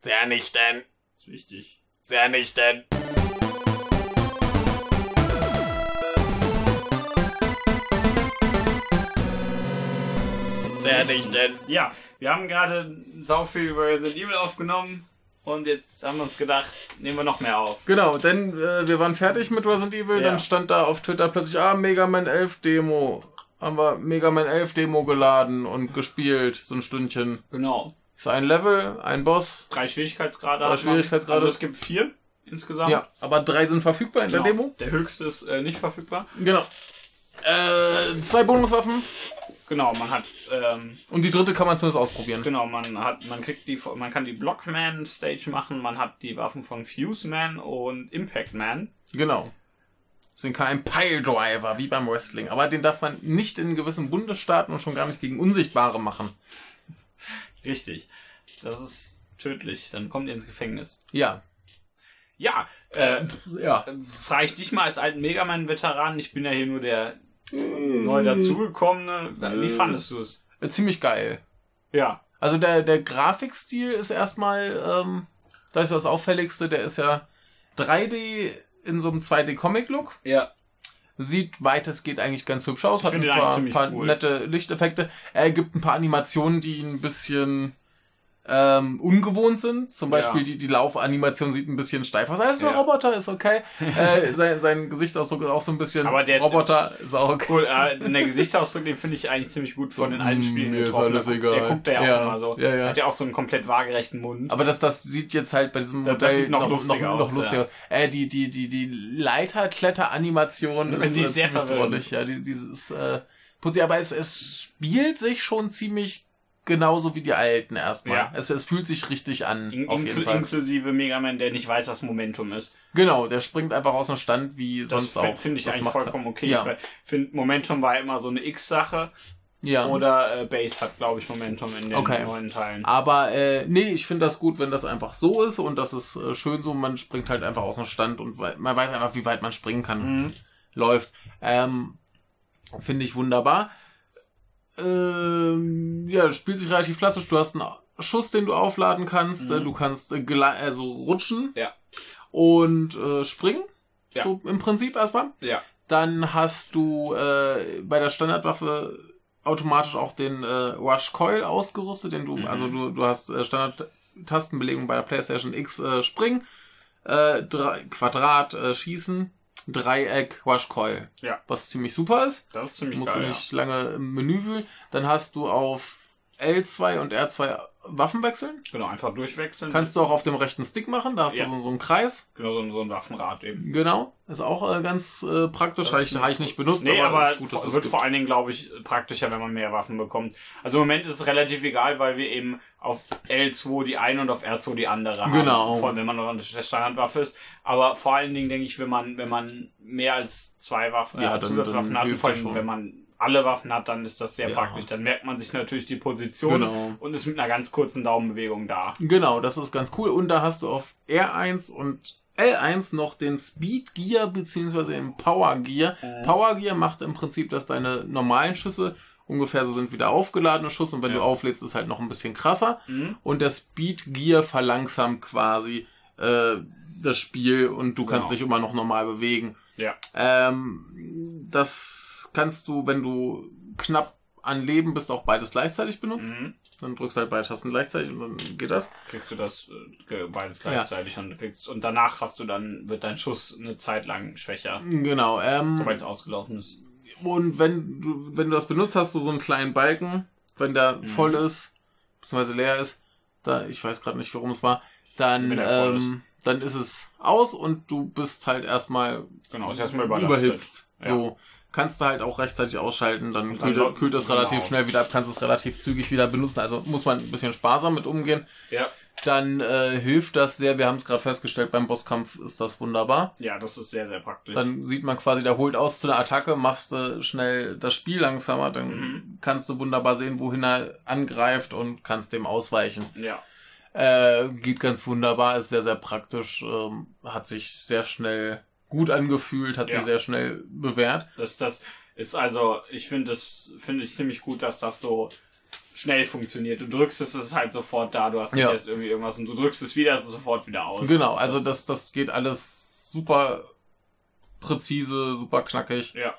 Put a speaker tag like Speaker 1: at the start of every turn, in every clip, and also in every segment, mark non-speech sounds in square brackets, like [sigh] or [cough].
Speaker 1: Vernichten,
Speaker 2: Ist wichtig.
Speaker 1: vernichten. Vernichten.
Speaker 2: Ja, wir haben gerade sau viel über Resident Evil aufgenommen und jetzt haben wir uns gedacht, nehmen wir noch mehr auf.
Speaker 3: Genau, denn äh, wir waren fertig mit Resident Evil,
Speaker 2: Ja.
Speaker 3: dann stand da auf Twitter plötzlich, ah, Mega Man 11 Demo. Haben wir Mega Man 11 Demo geladen und gespielt, so ein Stündchen.
Speaker 2: Genau.
Speaker 3: Ist ein Level, ein Boss.
Speaker 2: Drei Schwierigkeitsgrade.
Speaker 3: Drei
Speaker 2: hat man.
Speaker 3: Schwierigkeitsgrade.
Speaker 2: Also es gibt vier insgesamt.
Speaker 3: Ja, aber drei sind verfügbar in
Speaker 2: Genau.
Speaker 3: der Demo.
Speaker 2: Der höchste ist äh, nicht verfügbar.
Speaker 3: Genau. Äh, zwei Bonuswaffen
Speaker 2: Genau, man hat ähm,
Speaker 3: und die dritte kann man zumindest ausprobieren.
Speaker 2: genau, man hat man kriegt die man kann die Blockman Stage machen, man hat die Waffen von Fuse Man und Impact Man.
Speaker 3: Genau. Deswegen kann ein Piledriver, wie beim Wrestling. Aber den darf man nicht in gewissen Bundesstaaten und schon gar nicht gegen Unsichtbare machen.
Speaker 2: Richtig. Das ist tödlich, dann kommt ihr ins Gefängnis.
Speaker 3: Ja.
Speaker 2: Ja, äh,
Speaker 3: Ja.
Speaker 2: frage ich dich mal als alten Megaman-Veteran, ich bin ja hier nur der neu dazugekommene. Wie fandest du es?
Speaker 3: Äh, Ziemlich geil.
Speaker 2: Ja,
Speaker 3: Also der, der Grafikstil ist erstmal, ähm, das ist das Auffälligste, der ist ja 3D in so einem 2D-Comic-Look.
Speaker 2: ja,
Speaker 3: Sieht weitestgehend eigentlich ganz hübsch aus,
Speaker 2: Ich
Speaker 3: hat ein
Speaker 2: find den eigentlich
Speaker 3: paar,
Speaker 2: ziemlich
Speaker 3: paar
Speaker 2: cool.
Speaker 3: nette Lichteffekte. Er gibt ein paar Animationen, die ein bisschen ähm, ungewohnt sind. Zum
Speaker 2: Ja.
Speaker 3: Beispiel die, die Laufanimation sieht ein bisschen steif aus. Er ist ein
Speaker 2: Ja.
Speaker 3: Roboter,
Speaker 2: [laughs]
Speaker 3: ist okay. äh, sein, sein Gesichtsausdruck ist auch so ein bisschen
Speaker 2: Aber der ist-
Speaker 3: Roboter, ist auch okay.
Speaker 2: cool. Äh, in der Gesichtsausdruck, den finde ich eigentlich ziemlich gut von den alten Spielen.
Speaker 3: Mm, Mir ist
Speaker 2: getroffen.
Speaker 3: alles
Speaker 2: Der guckt-
Speaker 3: egal.
Speaker 2: Der guckt da ja,
Speaker 3: Ja,
Speaker 2: auch immer so.
Speaker 3: ja, ja.
Speaker 2: Hat ja auch so einen komplett waagerechten Mund.
Speaker 3: Aber das, das sieht jetzt halt bei diesem
Speaker 2: Das- das
Speaker 3: Modell
Speaker 2: sieht noch lustiger
Speaker 3: noch,
Speaker 2: aus,
Speaker 3: lustiger. Äh, die, die, die, die Leiter-Kletter-Animation
Speaker 2: Die ist sehr
Speaker 3: ziemlich
Speaker 2: verwirrend.
Speaker 3: drollig, ja, die, dieses, äh, putzig. Aber es, es spielt sich schon ziemlich genauso wie die alten erstmal.
Speaker 2: Ja.
Speaker 3: Es, es fühlt sich richtig an,
Speaker 2: In,
Speaker 3: auf
Speaker 2: inkl-
Speaker 3: jeden Fall.
Speaker 2: Inklusive Mega Man, der nicht weiß, was Momentum ist.
Speaker 3: Genau, der springt einfach aus dem Stand wie
Speaker 2: Das
Speaker 3: sonst auch.
Speaker 2: fi- finde ich
Speaker 3: Das
Speaker 2: eigentlich
Speaker 3: macht er.
Speaker 2: vollkommen okay.
Speaker 3: Ja.
Speaker 2: Ich finde, Momentum war immer so eine X-Sache.
Speaker 3: Ja.
Speaker 2: Oder äh, Base hat, glaube ich, Momentum in den
Speaker 3: Okay.
Speaker 2: neuen Teilen.
Speaker 3: Aber äh, nee, ich finde das gut, wenn das einfach so ist und das ist äh, schön so. Man springt halt einfach aus dem Stand und wei- man weiß einfach, wie weit man springen kann.
Speaker 2: Mhm.
Speaker 3: läuft. Ähm, Finde ich wunderbar. Ähm, ja, spielt sich relativ klassisch. Du hast einen Schuss, den du aufladen kannst.
Speaker 2: Mhm.
Speaker 3: Äh, Du kannst äh, gele- also rutschen
Speaker 2: Ja.
Speaker 3: und äh, springen.
Speaker 2: Ja.
Speaker 3: So im Prinzip erstmal.
Speaker 2: Ja.
Speaker 3: Dann hast du äh, bei der Standardwaffe automatisch auch den äh, Rush Coil ausgerüstet, den du,
Speaker 2: Mhm.
Speaker 3: also du, du hast äh, Standard-Tastenbelegung bei der PlayStation X äh, springen, äh, drei, Quadrat äh, schießen, Dreieck Rush Coil.
Speaker 2: Ja.
Speaker 3: Was ziemlich super ist.
Speaker 2: Das ist ziemlich
Speaker 3: musst
Speaker 2: geil.
Speaker 3: du
Speaker 2: ja.
Speaker 3: nicht lange im Menü wühlen. Dann hast du auf L2 und R2 Waffen wechseln.
Speaker 2: Genau, einfach durchwechseln.
Speaker 3: Kannst du auch auf dem rechten Stick machen, da hast
Speaker 2: Ja.
Speaker 3: du so, so einen Kreis.
Speaker 2: genau, so, ein- so ein Waffenrad eben.
Speaker 3: Genau, ist auch äh, ganz äh, praktisch,
Speaker 2: Das
Speaker 3: habe ich,
Speaker 2: ist
Speaker 3: hab ich nicht benutzt,
Speaker 2: Nee, aber,
Speaker 3: ist gut, dass es
Speaker 2: wird
Speaker 3: gibt.
Speaker 2: vor allen Dingen, glaube ich, praktischer, wenn man mehr Waffen bekommt. Also im Moment ist es relativ egal, weil wir eben auf L2 die eine und auf R2 die andere haben.
Speaker 3: Genau.
Speaker 2: Vor allem, wenn man noch eine Standardwaffe ist. Aber vor allen Dingen denke ich, wenn man, wenn man mehr als zwei Waffen,
Speaker 3: Ja,
Speaker 2: äh,
Speaker 3: dann-
Speaker 2: Zusatzwaffen
Speaker 3: dann
Speaker 2: hat,
Speaker 3: hilft
Speaker 2: vor
Speaker 3: das
Speaker 2: allem,
Speaker 3: schon.
Speaker 2: wenn man alle Waffen hat, dann ist das sehr
Speaker 3: Ja.
Speaker 2: praktisch. Dann merkt man sich natürlich die Position
Speaker 3: Genau.
Speaker 2: und ist mit einer ganz kurzen Daumenbewegung da.
Speaker 3: Genau, das ist ganz cool. Und da hast du auf R1 und L1 noch den Speed Gear beziehungsweise den Power Gear.
Speaker 2: Äh.
Speaker 3: Power Gear macht im Prinzip, dass deine normalen Schüsse ungefähr so sind wie der aufgeladene Schuss und wenn
Speaker 2: Ja.
Speaker 3: du auflädst, ist halt noch ein bisschen krasser.
Speaker 2: Mhm.
Speaker 3: Und der Speed Gear verlangsamt quasi äh, das Spiel und du kannst
Speaker 2: Genau.
Speaker 3: dich immer noch normal bewegen.
Speaker 2: Ja.
Speaker 3: Ähm, das kannst du, wenn du knapp an Leben bist, auch beides gleichzeitig benutzen.
Speaker 2: Mhm.
Speaker 3: Dann drückst du halt beide Tasten gleichzeitig und dann geht das.
Speaker 2: Kriegst du das äh, ge- beides gleichzeitig und kriegst und danach hast du dann wird dein Schuss eine Zeit lang schwächer.
Speaker 3: Genau. Ähm,
Speaker 2: Sobald es ausgelaufen ist.
Speaker 3: und wenn du, wenn du das benutzt, hast du so einen kleinen Balken, wenn der
Speaker 2: Mhm.
Speaker 3: voll ist, beziehungsweise leer ist, da, ich weiß gerade nicht, warum es war, dann,
Speaker 2: Wenn der voll
Speaker 3: ähm, dann ist es aus und du bist halt erstmal
Speaker 2: Genau, ist erstmal überlastet.
Speaker 3: überhitzt.
Speaker 2: Ja.
Speaker 3: So. Kannst du halt auch rechtzeitig ausschalten, dann,
Speaker 2: Und dann
Speaker 3: kühlt, kühlt das
Speaker 2: genau.
Speaker 3: relativ schnell wieder ab, kannst es relativ zügig wieder benutzen. Also muss man ein bisschen sparsam mit umgehen.
Speaker 2: Ja.
Speaker 3: Dann äh, hilft das sehr. Wir haben es gerade festgestellt, beim Bosskampf ist das wunderbar.
Speaker 2: Ja, das ist sehr, sehr praktisch.
Speaker 3: Dann sieht man quasi, der holt aus zu einer Attacke, machst du schnell das Spiel langsamer, dann
Speaker 2: Mhm.
Speaker 3: kannst du wunderbar sehen, wohin er angreift und kannst dem ausweichen.
Speaker 2: ja.
Speaker 3: Äh, geht ganz wunderbar, ist sehr, sehr praktisch, ähm, hat sich sehr schnell gut angefühlt, hat
Speaker 2: Ja.
Speaker 3: sich sehr schnell bewährt.
Speaker 2: Das, das ist also, ich finde das finde ich ziemlich gut, dass das so schnell funktioniert. Du drückst es, es ist halt sofort da, du hast nicht
Speaker 3: Ja.
Speaker 2: erst irgendwie irgendwas und du drückst es wieder, es ist sofort wieder aus.
Speaker 3: Genau, also das, das geht alles super präzise, super knackig.
Speaker 2: Ja.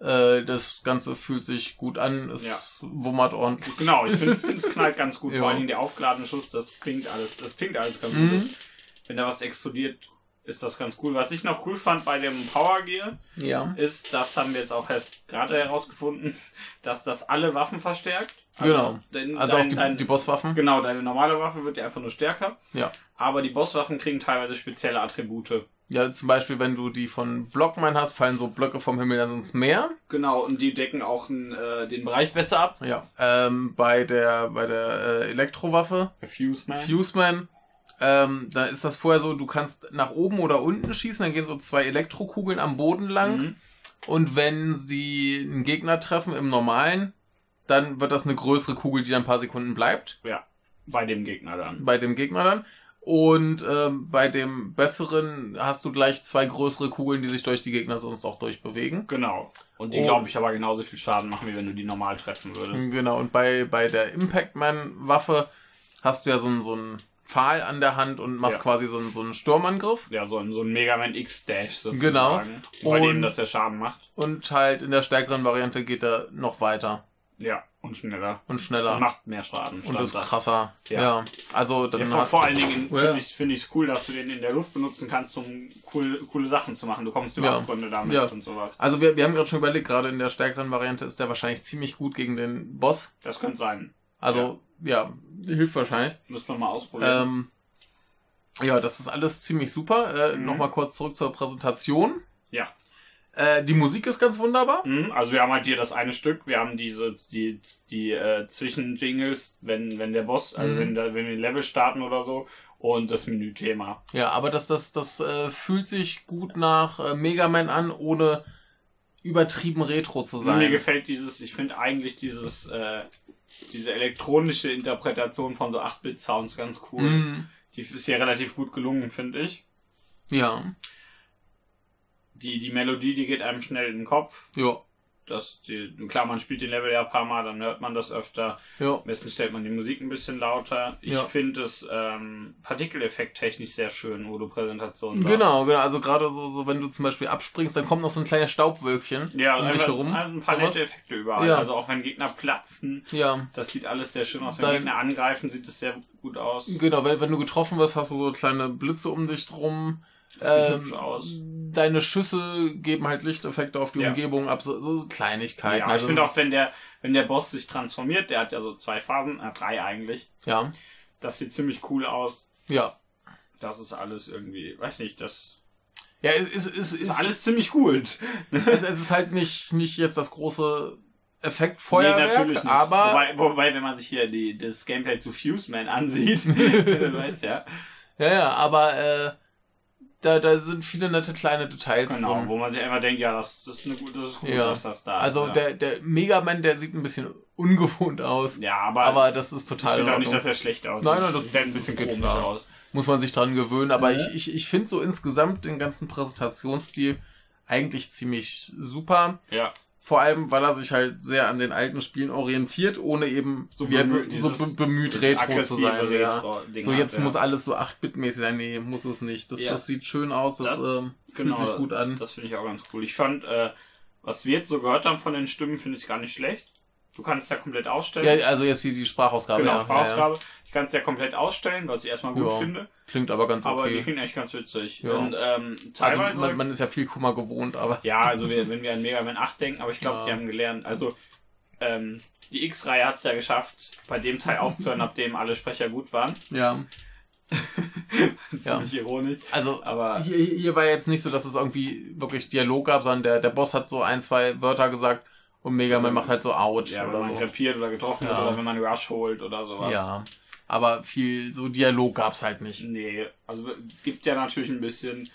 Speaker 3: Äh, das Ganze fühlt sich gut an, es
Speaker 2: Ja.
Speaker 3: wummert ordentlich.
Speaker 2: Genau, ich finde es knallt ganz
Speaker 3: [laughs]
Speaker 2: gut.
Speaker 3: Ja.
Speaker 2: Vor allen Dingen der aufgeladene Schuss, das klingt alles, das klingt alles ganz
Speaker 3: Mhm.
Speaker 2: gut. Wenn da was explodiert, ist das ganz cool. Was ich noch cool fand bei dem Power Gear,
Speaker 3: Ja.
Speaker 2: ist, das haben wir jetzt auch erst gerade herausgefunden, [laughs] dass das alle Waffen verstärkt.
Speaker 3: Genau.
Speaker 2: dein-
Speaker 3: Also
Speaker 2: dein,
Speaker 3: auch die,
Speaker 2: dein,
Speaker 3: die Bosswaffen.
Speaker 2: Genau, deine normale Waffe wird ja einfach nur stärker.
Speaker 3: Ja.
Speaker 2: Aber die Bosswaffen kriegen teilweise spezielle Attribute.
Speaker 3: Ja, zum Beispiel, wenn du die von Blockmine hast, fallen so Blöcke vom Himmel dann ins Meer.
Speaker 2: Genau, und die decken auch n, äh, den Bereich besser ab.
Speaker 3: Ja. Ähm, bei der, bei der äh, Elektrowaffe,
Speaker 2: Fuse Man.
Speaker 3: Fuseman, ähm, da ist das vorher so, du kannst nach oben oder unten schießen, dann gehen so zwei Elektrokugeln am Boden lang.
Speaker 2: Mhm.
Speaker 3: Und wenn sie einen Gegner treffen im normalen, dann wird das eine größere Kugel, die dann ein paar Sekunden bleibt
Speaker 2: Bei dem Gegner dann.
Speaker 3: bei dem Gegner dann. Und ähm, bei dem besseren hast du gleich zwei größere Kugeln, die sich durch die Gegner sonst auch durchbewegen.
Speaker 2: Genau. Und die,
Speaker 3: Oh.
Speaker 2: glaube ich, aber genauso viel Schaden machen, wie wenn du die normal treffen würdest.
Speaker 3: Genau, und bei, bei der Impact-Man-Waffe hast du ja so einen, so einen Pfahl an der Hand und machst
Speaker 2: Ja.
Speaker 3: quasi so einen, so einen Sturmangriff.
Speaker 2: Ja, so ein, so ein Mega Man X-Dash
Speaker 3: Genau.
Speaker 2: sozusagen. Genau. Bei dem,
Speaker 3: Und-
Speaker 2: dass der Schaden macht.
Speaker 3: Und halt in der stärkeren Variante geht er noch weiter
Speaker 2: Ja, und schneller.
Speaker 3: und schneller
Speaker 2: Und macht mehr Schaden.
Speaker 3: und
Speaker 2: stand
Speaker 3: ist
Speaker 2: da.
Speaker 3: krasser.
Speaker 2: Ja.
Speaker 3: Ja. also dann
Speaker 2: Ja, vor,
Speaker 3: hast
Speaker 2: vor allen Dingen
Speaker 3: Ja.
Speaker 2: finde ich es cool, dass du den in der Luft benutzen kannst, um cool, coole Sachen zu machen. Du kommst über
Speaker 3: Ja.
Speaker 2: Abgründe damit
Speaker 3: Ja.
Speaker 2: und sowas.
Speaker 3: Also wir, wir haben gerade schon überlegt, gerade in der stärkeren Variante ist der wahrscheinlich ziemlich gut gegen den Boss.
Speaker 2: Das könnte sein.
Speaker 3: Also ja, hilft wahrscheinlich.
Speaker 2: Müssen wir mal ausprobieren.
Speaker 3: Ähm, ja, das ist alles ziemlich super. Äh,
Speaker 2: Mhm.
Speaker 3: Nochmal kurz zurück zur Präsentation.
Speaker 2: Ja.
Speaker 3: Äh, die Musik ist ganz wunderbar.
Speaker 2: Mhm, Also wir haben halt hier das eine Stück, wir haben diese die die äh, Zwischenjingles, wenn wenn der Boss, also
Speaker 3: Mhm.
Speaker 2: wenn da, wenn wir ein Level starten oder so und das Menüthema.
Speaker 3: Ja, aber das, das, das äh, fühlt sich gut nach äh, Mega Man an, ohne übertrieben Retro zu sein.
Speaker 2: Mir gefällt dieses, ich finde eigentlich dieses äh, diese elektronische Interpretation von so 8 Bit Sounds ganz cool.
Speaker 3: Mhm.
Speaker 2: Die ist hier relativ gut gelungen, finde ich.
Speaker 3: Ja,
Speaker 2: Die die Melodie, die geht einem schnell in den Kopf.
Speaker 3: ja,
Speaker 2: Das die, klar, man spielt den Level ja ein paar mal, dann hört man das öfter.
Speaker 3: ja.
Speaker 2: Am besten stellt man die Musik ein bisschen lauter. Ich
Speaker 3: Ja.
Speaker 2: finde es ähm, Partikeleffekt technisch sehr schön, wo du Präsentation sagst.
Speaker 3: Genau, genau. Also gerade so, so, wenn du zum Beispiel abspringst, dann kommt noch so ein kleines Staubwölkchen
Speaker 2: Ja,
Speaker 3: um
Speaker 2: einfach,
Speaker 3: dich herum.
Speaker 2: einfach ein paar
Speaker 3: Sowas.
Speaker 2: nette Effekte überall.
Speaker 3: Ja.
Speaker 2: Also auch wenn Gegner platzen,
Speaker 3: Ja,
Speaker 2: das sieht alles sehr schön aus. Wenn
Speaker 3: Dein-
Speaker 2: Gegner angreifen, sieht es sehr gut aus.
Speaker 3: genau. Wenn, wenn du getroffen wirst, hast du so kleine Blitze um dich drum. Ähm,
Speaker 2: Das sieht hübsch aus.
Speaker 3: Deine Schüsse geben halt Lichteffekte auf die
Speaker 2: Ja.
Speaker 3: Umgebung ab, so, so Kleinigkeiten.
Speaker 2: Ja,
Speaker 3: Also
Speaker 2: ich finde
Speaker 3: es
Speaker 2: auch, wenn
Speaker 3: ist-
Speaker 2: der, wenn der Boss sich transformiert, der hat ja so zwei Phasen, äh, drei eigentlich.
Speaker 3: Ja,
Speaker 2: Das sieht ziemlich cool aus.
Speaker 3: ja.
Speaker 2: Das ist alles irgendwie, weiß nicht, das
Speaker 3: Ja, es, es, es,
Speaker 2: ist
Speaker 3: es-
Speaker 2: alles ziemlich gut.
Speaker 3: es, es ist halt nicht, nicht jetzt das große Effektfeuerwerk, aber
Speaker 2: wobei, wobei, wenn man sich hier die, das Gameplay zu Fuseman
Speaker 3: [laughs]
Speaker 2: ansieht, du weißt ja.
Speaker 3: ja, ja, aber äh, da, da sind viele nette kleine Details
Speaker 2: Genau, wo
Speaker 3: drin.
Speaker 2: man sich einfach denkt, ja, das, das ist eine gute, das ist gut,
Speaker 3: Ja.
Speaker 2: dass das da
Speaker 3: Also
Speaker 2: ist. ja.
Speaker 3: der, der Megaman, der sieht ein bisschen ungewohnt aus,
Speaker 2: ja, aber,
Speaker 3: aber das ist
Speaker 2: ich
Speaker 3: total in
Speaker 2: finde auch nicht,
Speaker 3: Ordnung.
Speaker 2: dass er schlecht aussieht.
Speaker 3: Nein, nein, das-
Speaker 2: sieht ein bisschen
Speaker 3: das geht
Speaker 2: komisch
Speaker 3: klar.
Speaker 2: aus.
Speaker 3: muss man sich dran gewöhnen, aber
Speaker 2: Mhm.
Speaker 3: ich, ich, ich finde so insgesamt den ganzen Präsentationsstil eigentlich ziemlich super.
Speaker 2: Ja,
Speaker 3: Vor allem, weil er sich halt sehr an den alten Spielen orientiert, ohne eben
Speaker 2: So
Speaker 3: so jetzt
Speaker 2: bemüht,
Speaker 3: so
Speaker 2: dieses-
Speaker 3: be- bemüht Retro zu sein. ja.
Speaker 2: Retro-Ding
Speaker 3: So jetzt
Speaker 2: hat,
Speaker 3: muss
Speaker 2: ja.
Speaker 3: alles so 8-Bit-mäßig sein. Nee, muss es nicht. Das,
Speaker 2: Ja.
Speaker 3: das sieht schön aus,
Speaker 2: Das-
Speaker 3: das, ähm,
Speaker 2: genau,
Speaker 3: fühlt sich gut an.
Speaker 2: Das finde ich auch ganz cool. Ich fand, äh, was wir jetzt so gehört haben von den Stimmen, finde ich gar nicht schlecht. Du kannst ja komplett ausstellen.
Speaker 3: ja, also jetzt hier die Sprachausgabe.
Speaker 2: genau,
Speaker 3: ja, Ja, ja.
Speaker 2: Sprachausgabe. Ich kann es ja komplett ausstellen, was ich erstmal gut
Speaker 3: Ja,
Speaker 2: finde.
Speaker 3: Klingt aber ganz
Speaker 2: Aber die
Speaker 3: okay.
Speaker 2: klingen echt ganz witzig.
Speaker 3: Ja.
Speaker 2: Und ähm,
Speaker 3: Also
Speaker 2: teilweise.
Speaker 3: man, man ist ja viel Kummer gewohnt, aber
Speaker 2: Ja, also wir, wenn wir an Mega Man 8 denken, aber ich glaube,
Speaker 3: Ja.
Speaker 2: die haben gelernt. Also ähm, die X-Reihe hat es ja geschafft, bei dem Teil aufzuhören, ab dem alle Sprecher gut waren.
Speaker 3: ja.
Speaker 2: [laughs] Ziemlich ironisch.
Speaker 3: Also
Speaker 2: Aber
Speaker 3: Hier, hier war jetzt nicht so, dass es irgendwie wirklich Dialog gab, sondern der, der Boss hat so ein, zwei Wörter gesagt und Mega Man macht halt so Ouch
Speaker 2: ja, wenn
Speaker 3: oder
Speaker 2: man
Speaker 3: so.
Speaker 2: krepiert oder getroffen wird
Speaker 3: Ja.
Speaker 2: oder wenn man Rush holt oder sowas.
Speaker 3: Ja. Aber viel so Dialog gab's halt nicht.
Speaker 2: Nee, also gibt ja natürlich ein bisschen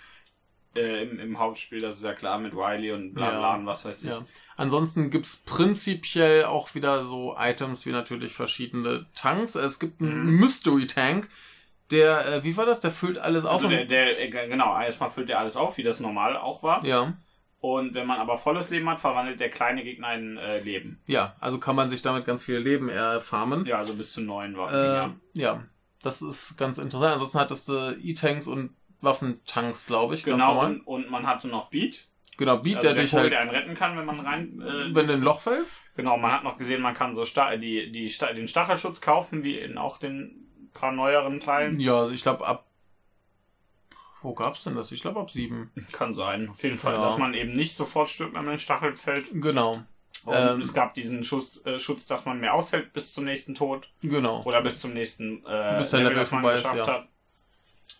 Speaker 2: äh, im, im Hauptspiel, das ist ja klar, mit Riley und bla
Speaker 3: Ja.
Speaker 2: bla und was weiß ich.
Speaker 3: Ja. Ansonsten gibt's prinzipiell auch wieder so Items wie natürlich verschiedene Tanks. Es gibt einen
Speaker 2: Mhm.
Speaker 3: Mystery Tank, der, äh, wie war das? Der füllt alles auf.
Speaker 2: Also
Speaker 3: und-
Speaker 2: der, der, äh, genau, erstmal füllt er alles auf, wie das normal auch war.
Speaker 3: ja.
Speaker 2: Und wenn man aber volles Leben hat, verwandelt der kleine Gegner in äh, Leben.
Speaker 3: Ja, also kann man sich damit ganz viele Leben erfarmen.
Speaker 2: Ja, also bis zu neun Waffen.
Speaker 3: Äh,
Speaker 2: ja.
Speaker 3: ja, das ist ganz interessant. Ansonsten hattest du E-Tanks und Waffentanks, glaube ich. ganz
Speaker 2: Genau,
Speaker 3: normal.
Speaker 2: und, und man hatte noch Beat,
Speaker 3: Genau, Beat,
Speaker 2: also
Speaker 3: der
Speaker 2: der,
Speaker 3: dich
Speaker 2: Vogel,
Speaker 3: halt,
Speaker 2: der einen retten kann, wenn man rein... Äh,
Speaker 3: wenn du in ein Loch fällst.
Speaker 2: Genau, man hat noch gesehen, man kann so sta die, die sta den Stachelschutz kaufen, wie in auch den paar neueren Teilen.
Speaker 3: Ja, also ich glaube ab. Wo gab's denn das? Ich glaube ab sieben.
Speaker 2: Kann sein, auf jeden Fall,
Speaker 3: Ja.
Speaker 2: dass man eben nicht sofort stirbt, wenn man in den Stachel fällt.
Speaker 3: Genau,
Speaker 2: Und
Speaker 3: Ähm.
Speaker 2: es gab diesen Schuss, äh, Schutz, dass man mehr ausfällt bis zum nächsten Tod
Speaker 3: genau.
Speaker 2: oder bis zum nächsten äh,
Speaker 3: Bis der Level
Speaker 2: das man
Speaker 3: vorbei ist,
Speaker 2: geschafft
Speaker 3: ja.
Speaker 2: hat.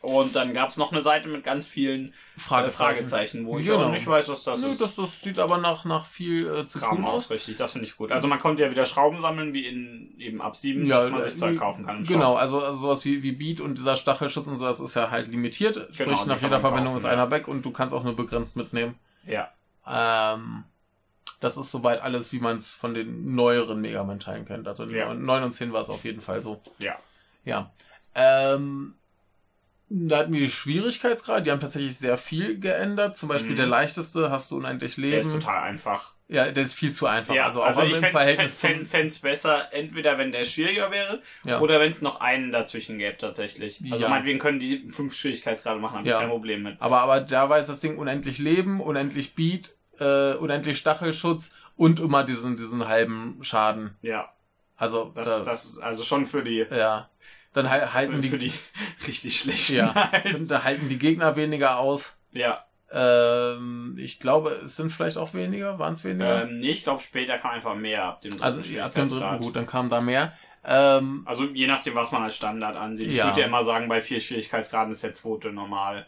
Speaker 2: Und dann gab es noch eine Seite mit ganz vielen äh, Fragezeichen, wo ich
Speaker 3: Genau.
Speaker 2: auch nicht weiß, was das
Speaker 3: Nö,
Speaker 2: ist.
Speaker 3: das, das sieht aber nach, nach viel äh, zu
Speaker 2: Kram
Speaker 3: tun aus.
Speaker 2: aus, richtig, das finde ich gut. Also man konnte ja wieder Schrauben sammeln, wie in eben ab 7, dass man
Speaker 3: äh,
Speaker 2: sich Zeug kaufen kann. im Shop.
Speaker 3: Genau, also, also sowas wie, wie Beat und dieser Stachelschutz und so, das ist ja halt limitiert.
Speaker 2: Genau, die
Speaker 3: Sprich,
Speaker 2: kann
Speaker 3: nach
Speaker 2: man
Speaker 3: jeder Verwendung
Speaker 2: kaufen,
Speaker 3: ist
Speaker 2: ja.
Speaker 3: einer weg und du kannst auch nur begrenzt mitnehmen.
Speaker 2: Ja.
Speaker 3: Ähm, das ist soweit alles, wie man es von den neueren Mega Man-Teilen kennt. Also
Speaker 2: Ja.
Speaker 3: 9 und 10 war es auf jeden Fall so.
Speaker 2: Ja.
Speaker 3: Ja. Ähm, da hatten wir die Schwierigkeitsgrad, die haben tatsächlich sehr viel geändert. Zum Beispiel
Speaker 2: Mhm.
Speaker 3: der leichteste hast du unendlich Leben.
Speaker 2: Der ist total einfach.
Speaker 3: ja, der ist viel zu einfach.
Speaker 2: Ja,
Speaker 3: also auch im
Speaker 2: fänd's-
Speaker 3: Verhältnis
Speaker 2: fänd-
Speaker 3: zum,
Speaker 2: fänd's besser, entweder wenn der schwieriger wäre
Speaker 3: ja.
Speaker 2: oder wenn es noch einen dazwischen gäbe tatsächlich. Also
Speaker 3: Ja.
Speaker 2: meinetwegen können die fünf Schwierigkeitsgrade machen, habe
Speaker 3: Ja.
Speaker 2: ich kein Problem mit.
Speaker 3: Aber, aber da war jetzt das Ding unendlich Leben, unendlich Beat, äh, unendlich Stachelschutz und immer diesen, diesen halben Schaden.
Speaker 2: Ja,
Speaker 3: Also,
Speaker 2: das,
Speaker 3: da,
Speaker 2: das ist also schon für die,
Speaker 3: ja. Dann hal- halten
Speaker 2: für,
Speaker 3: die,
Speaker 2: für die [laughs] richtig schlechten.
Speaker 3: Ja.
Speaker 2: halt.
Speaker 3: dann, da halten die Gegner weniger aus.
Speaker 2: ja.
Speaker 3: Ähm, ich glaube, es sind vielleicht auch weniger, waren es weniger?
Speaker 2: Ähm, nee, ich glaube später kam einfach mehr ab dem dritten
Speaker 3: also ab dem dritten
Speaker 2: Schwierigkeitsgrad.
Speaker 3: gut, dann kam da mehr. Ähm,
Speaker 2: Also je nachdem, was man als Standard ansieht. Ich
Speaker 3: Ja.
Speaker 2: würde ja immer sagen, bei vier Schwierigkeitsgraden ist der zweite normal.